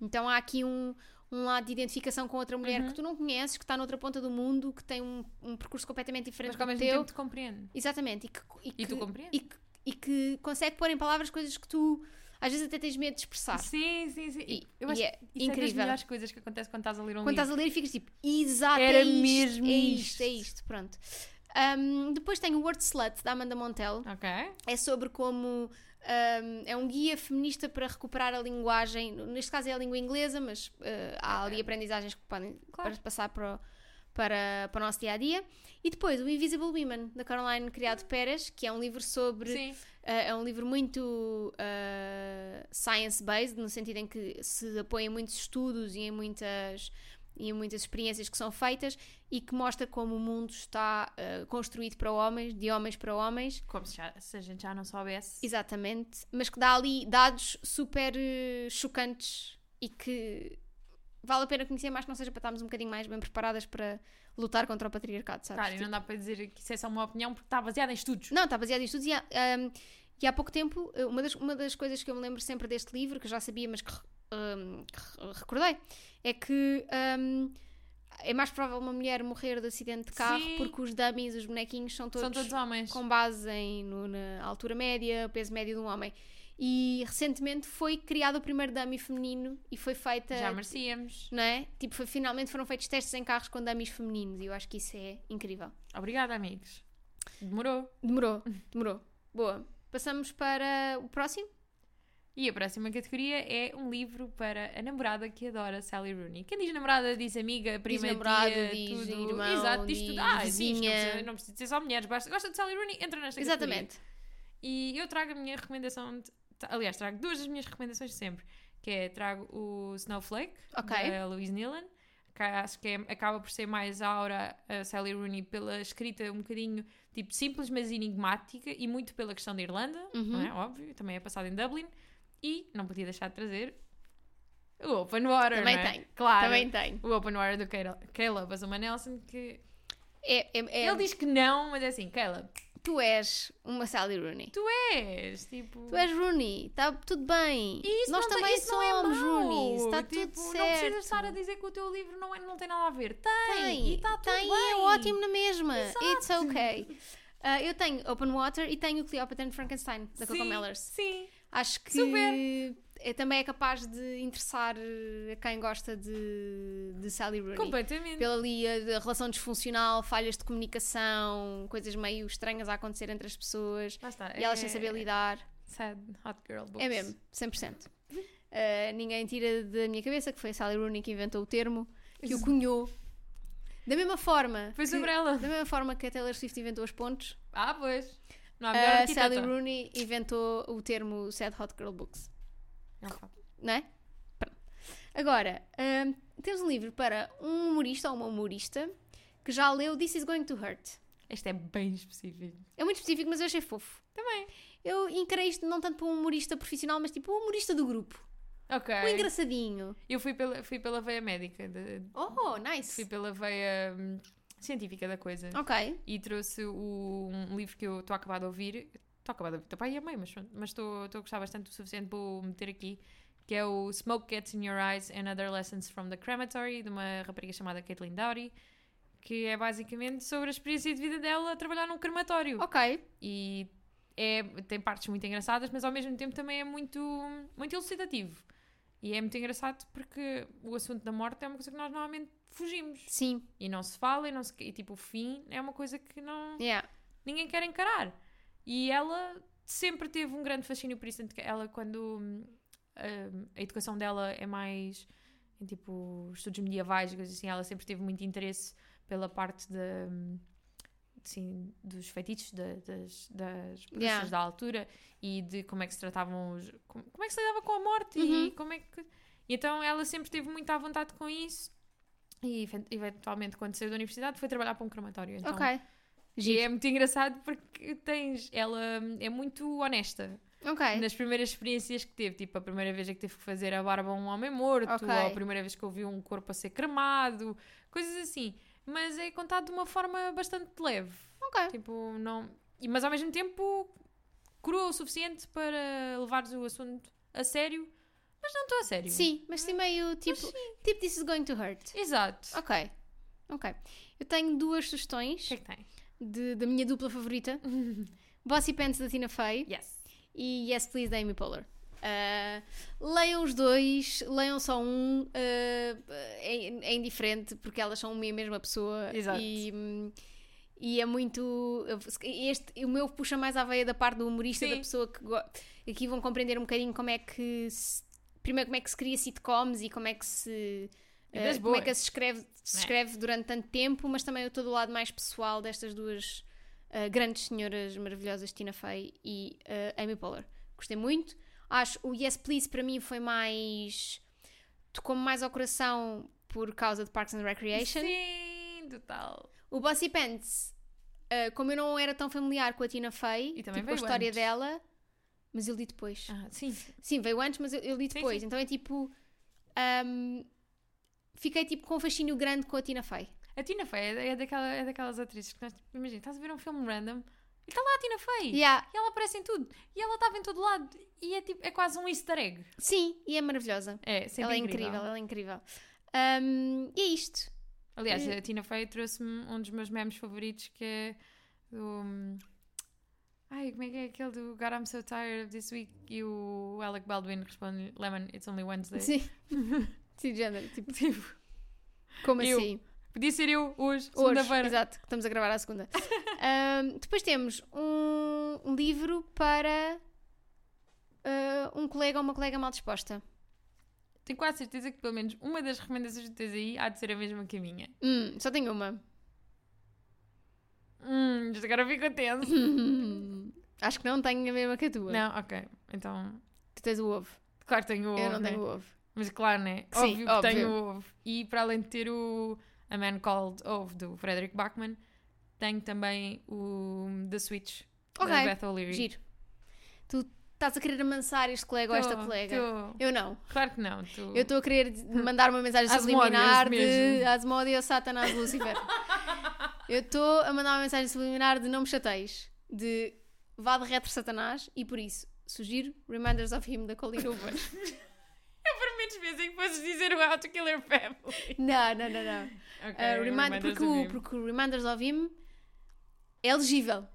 Então há aqui um, um lado de identificação com outra Uhum. mulher que tu não conheces, que está noutra ponta do mundo, que tem um, um percurso completamente diferente Mas que ao do mesmo teu. tempo te compreende. Exatamente. E que, E tu que- E compreendes. que, e que consegue pôr em palavras coisas que tu às vezes até tens medo de expressar. Sim, sim, sim. E- eu e acho é que isso é das incrível. melhores coisas que acontece quando estás a ler um Quando livro. estás a ler e ficas tipo, exato, Era é isto, mesmo é isto, é isto. isto, pronto. Ahm, depois tem o Word Slut, da Amanda Montell. Ok. É sobre como ahm, é um guia feminista para recuperar a linguagem, neste caso é a língua inglesa, mas ah, há ali aprendizagens que podem Claro. para passar para, o- para, para o nosso dia a dia. E depois o Invisible Women, da Caroline Criado Pérez, que é um livro sobre Sim. Uh, é um livro muito uh, science-based, no sentido em que se apoia em muitos estudos e em muitas, e em muitas experiências que são feitas e que mostra como o mundo está uh, construído para homens, de homens para homens. Como se, já- se a gente já não soubesse. Exatamente. Mas que dá ali dados super uh, chocantes e que vale a pena conhecer mais que não seja para estarmos um bocadinho mais bem preparadas para lutar contra o patriarcado, sabes? Claro, e não dá para dizer que isso é só uma opinião porque está baseada em estudos. Não, está baseado em estudos e há, ahm, e há pouco tempo, eh, uma das, uma das coisas que eu me lembro sempre deste livro, que eu já sabia, mas que, re- ahm, que re- recordei, é que ahm, é mais provável uma mulher morrer de acidente de carro Sim. porque os dummies, os bonequinhos, são todos, São todos homens. com base em, no- na altura média, peso médio de um homem. E recentemente foi criado o primeiro dummy feminino e foi feita. Já merecíamos. não é? Tipo, foi- finalmente foram feitos testes em carros com dummies femininos e eu acho que isso é incrível. Obrigada, amigos. Demorou. Demorou, demorou. Boa. Passamos para o próximo? E a próxima categoria é um livro para a namorada que adora Sally Rooney. Quem diz namorada diz amiga, prima, namorada, tia, diz tudo. irmão, Exato, diz, diz tudo. Ah, Diz, não, vizinha. precisa, não precisa dizer só mulheres, basta. Gosta de Sally Rooney? Entra nesta categoria. Exatamente. E eu trago a minha recomendação. de- tra- aliás, trago duas das minhas recomendações de sempre. Que é, trago o Snowflake, Ok. da Louise Nealon. Que acho que é- acaba por ser mais a aura a Sally Rooney pela escrita um bocadinho, tipo, simples mas enigmática. E muito pela questão da Irlanda, Uhum. não é? Óbvio. Também é passada em Dublin. E não podia deixar de trazer o Open Water, Também não é? tem. Claro. Também tem. O Open Water do Caleb- Caleb Azuma Nelson, que... É, é- é- Ele diz que não, mas é assim, Caleb, Tu és uma Sally Rooney. tu és, tipo... Tu és Rooney. Está tudo bem. E isso Nós não tem- também isso não é somos mau. Rooney. Está Tipo, tudo Não certo. precisas estar a dizer que o teu livro não, é- não tem nada a ver. Tem! tem. e está tudo tem, bem. é ótimo na mesma. Exato. It's okay. Ah, eu tenho Open Water e tenho Cleopatra and Frankenstein, da Coco Sim, Mellers. Sim. Acho que Super. é- também é capaz de interessar eh, a quem gosta de, de Sally Rooney. Completamente. pela ali a, a relação disfuncional, falhas de comunicação, coisas meio estranhas a acontecer entre as pessoas Lá está. e elas sem É. saber lidar. Sad Hot Girl Books. É mesmo, 100%. Uh, ninguém tira da minha cabeça que foi a Sally Rooney que inventou o termo, que o cunhou. Da mesma forma. Foi que- sobre ela. Da mesma forma que a Taylor Swift inventou os pontos, Ah, pois. Não há melhor a arquiteta. Ah, Sally Rooney inventou o termo Sad Hot Girl Books. Não, pá. não é? Pronto. Agora, hum, temos um livro para um humorista ou uma humorista que já leu This Is Going to Hurt. Este é bem específico. É muito específico, mas eu achei fofo. Também. Eu encarei isto não tanto para um humorista profissional, mas tipo um humorista do grupo. Ok. Um engraçadinho. Eu fui pela, fui pela veia médica. de- Oh, fui nice. pela veia hum, científica da coisa. Ok. e trouxe o- um livro que eu estou a acabar de ouvir. Estou a acabar de ouvir, pai e amei, mas pronto, mas estou estou a gostar bastante o suficiente para o meter aqui, que é o Smoke Gets in Your Eyes and Other Lessons from the Crematory, de uma rapariga chamada Caitlin Dowry, que é basicamente sobre a experiência de vida dela a trabalhar num crematório. Ok. E é, tem partes muito engraçadas, mas ao mesmo tempo também é muito, muito elucidativo. E é muito engraçado porque o assunto da morte é uma coisa que nós normalmente fugimos. Sim. E não se fala, e, não se, e tipo, o fim é uma coisa que não Yeah. ninguém quer encarar. E ela sempre teve um grande fascínio por isso. tanto que Ela, quando hum, hum, a educação dela é mais em tipo estudos medievais e coisas assim, ela sempre teve muito interesse pela parte da, hum, assim, dos feitiços da- das, das bruxas Yeah. da altura e de como é que se tratavam os, como, como é que se lidava com a morte e Uhum. como é que e então ela sempre teve muito à vontade com isso e efe- eventualmente quando saiu da universidade foi trabalhar para um crematório então ok. e Giro. é muito engraçado porque tens ela é muito honesta Ok. nas primeiras experiências que teve, tipo a primeira vez é que teve que fazer a barba a um homem morto, Ok. ou a primeira vez que ouviu um corpo a ser cremado, coisas assim. Mas é contado de uma forma bastante leve. Ok. Tipo, não. e- Mas ao mesmo tempo crua o suficiente para levares o assunto a sério, mas não tão a sério. Sim, mas sim meio tipo. Tipo, this is going to hurt. Exato. Ok. Ok. Eu tenho duas O sugestões que é que tem? de- da minha dupla favorita: Bossy Pants da Tina Fey Yes. e Yes Please da Amy Poehler. Ah, leiam os dois, leiam só um, ah, é, é indiferente porque elas são uma e a mesma pessoa Exato. e hum, e é muito este, o meu puxa mais à veia da parte do humorista Sim. da pessoa que go- aqui vão compreender um bocadinho como é que se- primeiro como é que se cria sitcoms e como é que se E ah, das como é boas. que se escreve, se Né? escreve durante tanto tempo, mas também o todo o lado mais pessoal destas duas ah, grandes senhoras maravilhosas, Tina Fey e ah, Amy Poehler. Gostei muito. Acho o Yes Please para mim foi mais. tocou-me mais ao coração por causa de Parks and Recreation. Sim, total. O Bossy Pants, ah, como eu não era tão familiar com a Tina Fey, E também tipo, a veio história antes. dela, mas eu li depois. Ah, sim. Sim, veio antes, mas eu, eu li Sim, depois. sim. Então é tipo. ahm, fiquei tipo com um fascínio grande com a Tina Fey. A Tina Fey é, é daquela, é daquelas atrizes que nós, tipo, imagina, estás a ver um filme random e está lá a Tina Fey. Yeah. E ela aparece em tudo. E ela estava em todo lado. E é tipo, é quase um easter egg. Sim, e é maravilhosa. É, sempre ela é incrível. incrível, ela é incrível. Ahm, e é isto. Aliás, É. a Tina Fey trouxe-me um dos meus memes favoritos que é do... Ai, como é que é aquele do God I'm so tired of this week? E o Alec Baldwin responde Lemon, it's only Wednesday. Sim. Sim, de género. Tipo, É. Tipo, como Eu, assim? podia ser eu hoje, Hoje, segunda-feira. exato, que estamos a gravar à segunda. Ahm, depois temos um livro para ah, um colega ou uma colega mal disposta. Tenho quase certeza que pelo menos uma das recomendações que tens aí há de ser a mesma que a minha. Hum, só tenho uma. Hum, já agora fico tenso. Hum, acho que não tenho a mesma que a tua. Não, ok. Então, Tu tens o ovo. claro que tenho o Eu ovo, não né? tenho o ovo. Mas claro, né? Sim, óbvio que óbvio. tem o ovo. E para além de ter o A Man Called Ove do Frederick Bachman, tenho também o The Switch da Ok, Beth O'Leary. é Giro. Tu estás a querer amansar este colega ou esta Tô, colega? tô. Eu não. Claro que não. tu- Eu estou a querer de- mandar uma mensagem Asmodeus subliminar de mesmo. Asmodeus, Satanás, Lúcifer. Eu estou a mandar uma mensagem subliminar de não me chateis, de vá de retro Satanás e por isso sugiro Reminders of Him da Colleen Hoover. Eu por menos pensei que fosses dizer o How to Kill Your Family. não, não, não, não. Ok, Ah, eu remind- reminders porque, of o, him. porque o Reminders of Him é legível.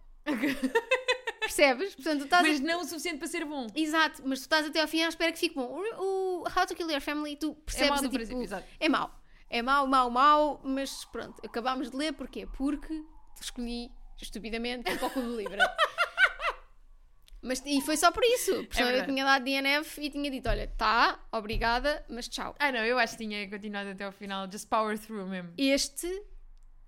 Percebes? Portanto, tu estás a- Mas não o suficiente para ser bom. Exato, mas tu estás até ao fim à espera que fique bom. O, o How to Kill Your Family, tu percebes é mal do a, tipo, princípio, exato. É mau. É mau, mau, mau, mas pronto, acabámos de ler porquê? Porque escolhi estupidamente um pouco do livro. Mas, e foi só por isso. Porque senão eu É verdade. tinha dado DNF e tinha dito: olha, tá, obrigada, mas tchau. Ah não, eu acho que tinha continuado até ao final. Just power through mesmo. Este,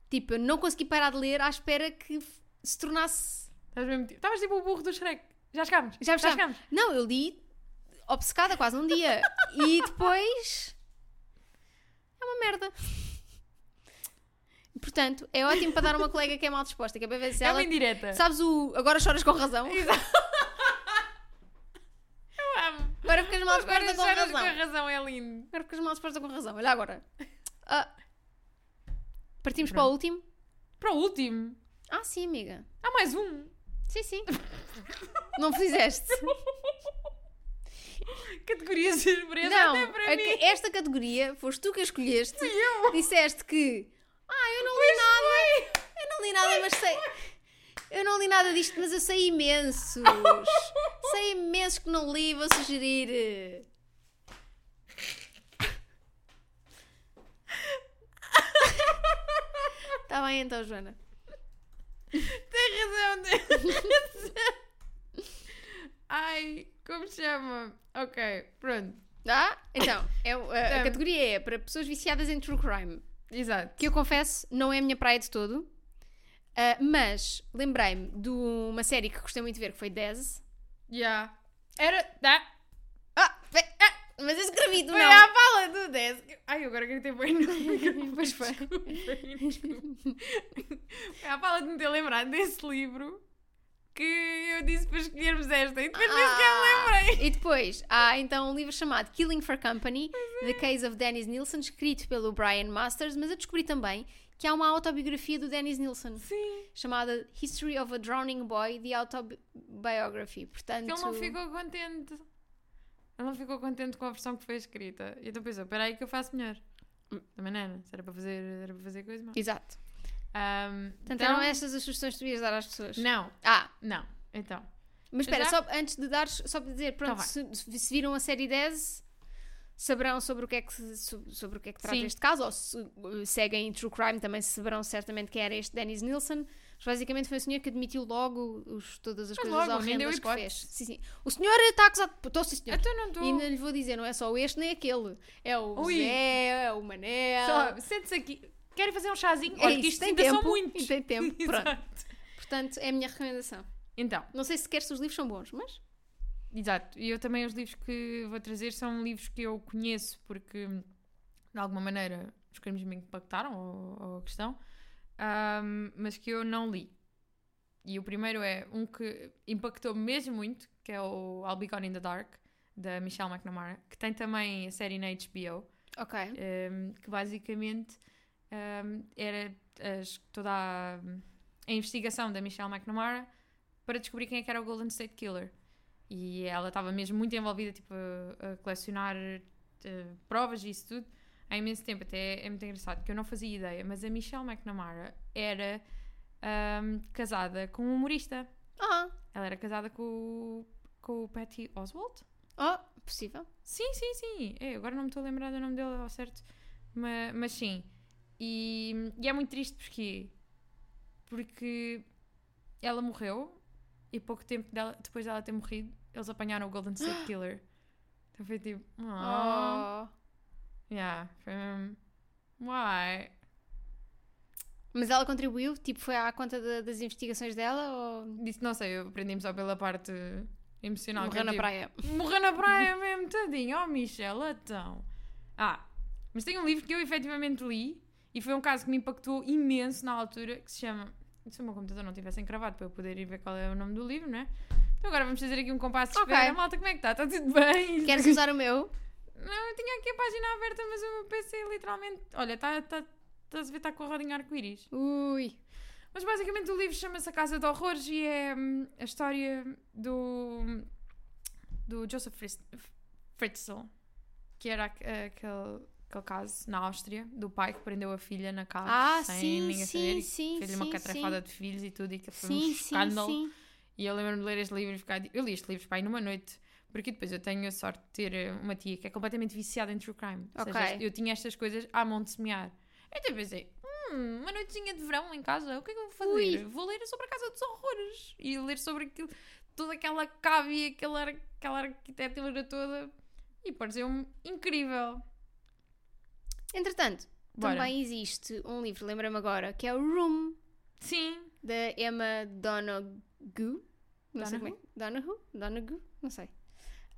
tipo, eu não consegui parar de ler à espera que f- se tornasse. Estás mesmo tipo- Estavas tipo o burro do Shrek. Já chegámos. Já me chamo. chegámos. É Não, eu li obcecada quase um dia. e depois. É uma merda. Portanto, é ótimo para dar a uma colega que é mal disposta, que é para ver se É ela uma indireta. Sabes o. Agora choras com razão. Eu amo. Agora ficas mal Agora disposta com já não- razão. com razão, é lindo. Agora ficas mal disposta com razão. Olha agora. Ah. Partimos para o Pronto. último? Para o último. Ah, sim, amiga. Há mais um. Sim, sim. Não fizeste. Categoria surpresa Não, até para a mim. ca- esta categoria foste tu que a escolheste. Fui eu. Disseste que. Ah, eu não li nada. Eu não li nada, mas sei. Eu não li nada disto, mas eu sei imensos. sei imensos que não li, vou sugerir. eh. Está bem então, Joana. Tem razão, tem razão. Ai, como se chama? Ok, pronto. Ah, então, é, o- a, a Então. categoria é para pessoas viciadas em true crime. Exato. Que eu confesso, não é a minha praia de todo. Ah, mas lembrei-me de uma série que gostei muito de ver, que foi Dez. Yeah. Era. Tá. Ah, foi- ah, mas eu escrevi do Foi não. à fala do 10. Ai, eu agora gritei bem no Pois foi. É a fala de me ter lembrado desse livro que eu disse para escolhermos esta e depois nem sequer me Ah, lembrei. E depois há então um livro chamado Killing for Company, The Case of Dennis Nielsen, escrito pelo Brian Masters, mas eu descobri também que há uma autobiografia do Dennis Nielsen Sim. chamada History of a Drowning Boy, The Autobiography. Portanto, Ele não ficou contente. Ele não ficou contente com a versão que foi escrita. E então pensou, peraí que eu faço melhor. Hum. Também não era. Se era para fazer, era para fazer coisa má. Exato. Ahm, Portanto, eram estas as sugestões que tu ias dar às pessoas. Então Não, Ah, não. Então. mas espera, Já? só antes de dar, só para dizer, pronto, Tá se, se viram a série 10, saberão sobre o que é que, se- so- sobre o que, é que trata Sim. este caso, ou se uh, seguem True Crime também saberão certamente quem era este Dennis Nielsen. Mas basicamente foi o senhor que admitiu logo os, todas as Mas coisas logo, nem deu horrendas que fez. hipóteses. Sim, sim. O senhor está acusado. Estou sim, senhor. Então não E estou. ainda lhe vou dizer, não é só este nem aquele. É o Ui. Zé, é o Manel. Só, sente-se aqui. Querem fazer um chazinho? É Olha, que isso, isto tem ainda são tempo, muitos. tem tempo, pronto. Exato. Portanto, é a minha recomendação. Então, Não sei sequer se os livros são bons, mas. exato. E eu também os livros que vou trazer são livros que eu conheço porque, de alguma maneira, os crimes me impactaram, ou, ou a questão, ahm, mas que eu não li. E o primeiro é um que impactou mesmo muito, que é o I'll Be Gone in the Dark, da Michelle McNamara, que tem também a série na HBO. Ok. um, que basicamente um, era as- toda a, a investigação da Michelle McNamara para descobrir quem é que era o Golden State Killer. E ela estava mesmo muito envolvida tipo, a, a colecionar eh, provas e isso tudo há imenso tempo. Até é muito engraçado que eu não fazia ideia, mas a Michelle McNamara era um, casada com um humorista. Ah, Ela era casada com, o- com o Patty Oswalt. oh, possível. Sim, sim, sim. É, agora não me estou a lembrar do nome dele ao certo. Mas, mas sim. E, e é muito triste porque porque ela morreu e pouco tempo dela- depois dela ter morrido, eles apanharam o Golden State Killer. Então foi tipo, oh. Oh. Yeah, foi mesmo. Why? Mas ela contribuiu? Tipo, foi à conta da- das investigações dela ou Disse, não sei, eu aprendi só pela parte emocional. que morreu eu na tive. praia? Morreu na praia mesmo, tadinho. Oh, Michelle, então. Ah, mas tem um livro que eu efetivamente li e foi um caso que me impactou imenso na altura, que se chama... Se o meu computador não tivesse encravado para eu poder ir ver qual é o nome do livro, né? Então agora vamos fazer aqui um compasso de Ok. espera. Malta, como é que está? Está tudo bem? Queres usar o meu? Não, eu tinha aqui a página aberta, mas o meu PC literalmente... Olha, está... está Estás a ver, está com a rodinha arco-íris. Ui. Mas basicamente o livro chama-se A Casa de Horrores e é hum, a história do, do Joseph Fris- Fritzl, que era aque- aquele, aquele caso na Áustria, do pai que prendeu a filha na casa Ah, sem sim, ninguém sim, saber. sim, Fez-lhe sim, uma catrafada sim. de filhos e tudo, e que foi um Sim, sim, escândalo. sim. E eu lembro-me de ler este livro e ficar. tipo, Eu li este livro, pai, numa noite, porque depois eu tenho a sorte de ter eh, uma tia que é completamente viciada em true crime. Ou seja, Ok. eu tinha estas coisas à mão de semear. Então eu pensei, hum, uma noitinha de verão em casa, o que é que eu vou fazer? Ui. Vou ler sobre a Casa dos Horrores e ler sobre aquilo, toda aquela cave e aquela, ar- aquela arquitetura toda. E pareceu-me incrível. Entretanto, Bora. também existe um livro, lembra-me agora, que é o Room, Sim, da Emma Donoghue. Não sei como é. Donoghue? Donoghue? Não sei.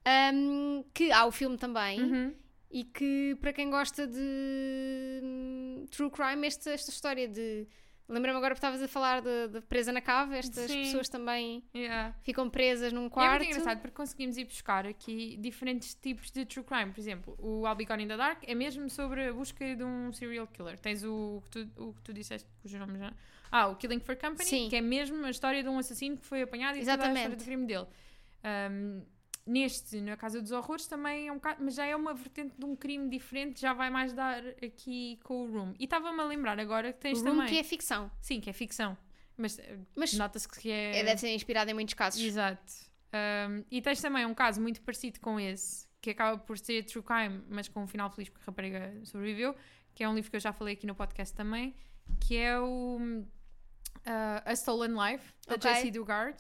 Ahm, que há o filme também. Uhum. E que, para quem gosta de hum, true crime, esta, esta história de. Lembra-me agora que estavas a falar da da presa na cave, estas Sim. pessoas também Yeah. ficam presas num E É quarto. muito engraçado porque conseguimos ir buscar aqui diferentes tipos de true crime. Por exemplo, o I'll Be Gone in the Dark é mesmo sobre a busca de um serial killer. Tens o que tu, o que tu disseste, cujo nome já. Ah, o Killing for Company, Sim. que é mesmo a história de um assassino que foi apanhado e toda a história Exatamente. do crime dele. Ahm, neste, na Casa dos Horrores, também é um bocado, mas já é uma vertente de um crime diferente, já vai mais dar aqui com o Room. E estava-me a lembrar agora que o tens Room também. que é ficção. Sim, que é ficção. Mas eh, Mas nota-se que é- deve ser inspirado em muitos casos. Exato. Um, e tens também um caso muito parecido com esse, que acaba por ser true crime, mas com um final feliz porque a rapariga sobreviveu, que é um livro que eu já falei aqui no podcast também, que é o hum, uh, A Stolen Life, da Ok. J.C. Dugard,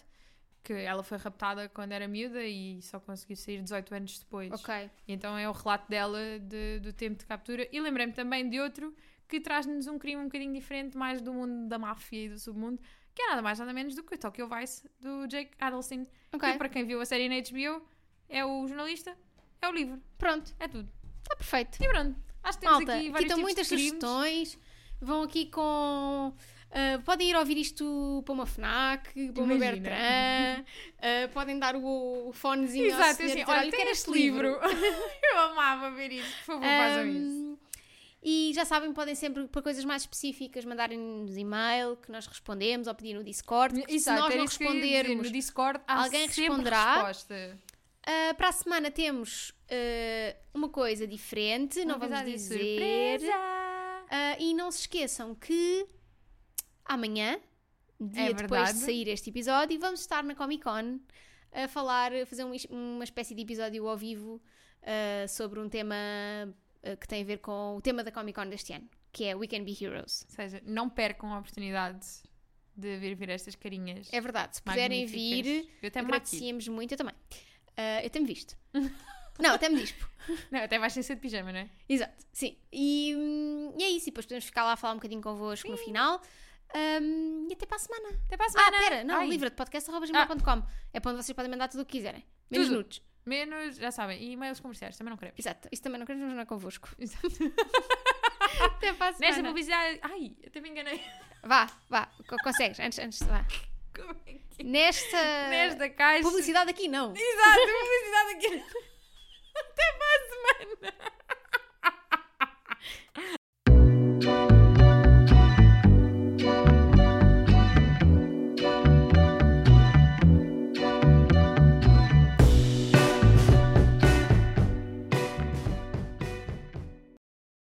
que ela foi raptada quando era miúda e só conseguiu sair 18 anos depois. Ok. E Então é o relato dela de- do tempo de captura. E lembrei-me também de outro que traz-nos um crime um bocadinho diferente, mais do mundo da máfia e do submundo, que é nada mais nada menos do que o Tokyo Vice, do Jake Adelson. Ok. Que para quem viu a série na HBO, é o jornalista, é o livro, Pronto, é tudo. está perfeito. E pronto, acho que temos Malta, aqui aqui, vários estão tipos muitas de crimes. sugestões. Vão aqui com. ah, podem ir ouvir isto para uma FNAC, para uma Imagina. Bertrand, ah, podem dar o, o fonezinho ao Exato, senhor e assim, dizer, olha, eu tem quero este livro. eu amava ver isso, por favor, façam isso. Ahm, E já sabem, podem sempre, para coisas mais específicas, mandarem-nos e-mail que nós respondemos ou pedir no Discord. que se nós era não isso que eu ia dizer, respondermos, no Discord há alguém sempre responderá. resposta. ah, para a semana temos ah, uma coisa diferente, não vamos Novidade e dizer. surpresa. Ah, e não se esqueçam que amanhã, dia depois verdade. de sair este episódio, vamos estar na Comic Con a falar, a fazer um is- uma espécie de episódio ao vivo ah, sobre um tema ah, que tem a ver com o tema da Comic Con deste ano, que é We Can Be Heroes. Ou seja, não percam a oportunidade de vir ver estas carinhas. É verdade, se puderem magníficas. vir, é Eu até me maquio. agradecíamos muito, eu também. Ah, eu até me visto. não, até me dispo. Não, até vais sem ser de pijama, não é? Exato, sim. E, hum, e é isso, e depois podemos ficar lá a falar um bocadinho convosco no final. Ahm, e até para a semana. Até para a Ah, semana. pera, não, Ai, Ah. livra de podcast.gmail.com. É para onde vocês podem mandar tudo o que quiserem. Menos Tudo. nudes. Menos, já sabem, e e-mails comerciais, também não queremos. Exato. Isso também não queremos jornar convosco. Exato. Até para a Nesta semana. publicidade. Ai, até me enganei. Vá, vá, co- consegues. Antes, antes, vá. Como é que Nesta é? Nesta caixa. Ah, publicidade aqui, não. Exato, publicidade aqui.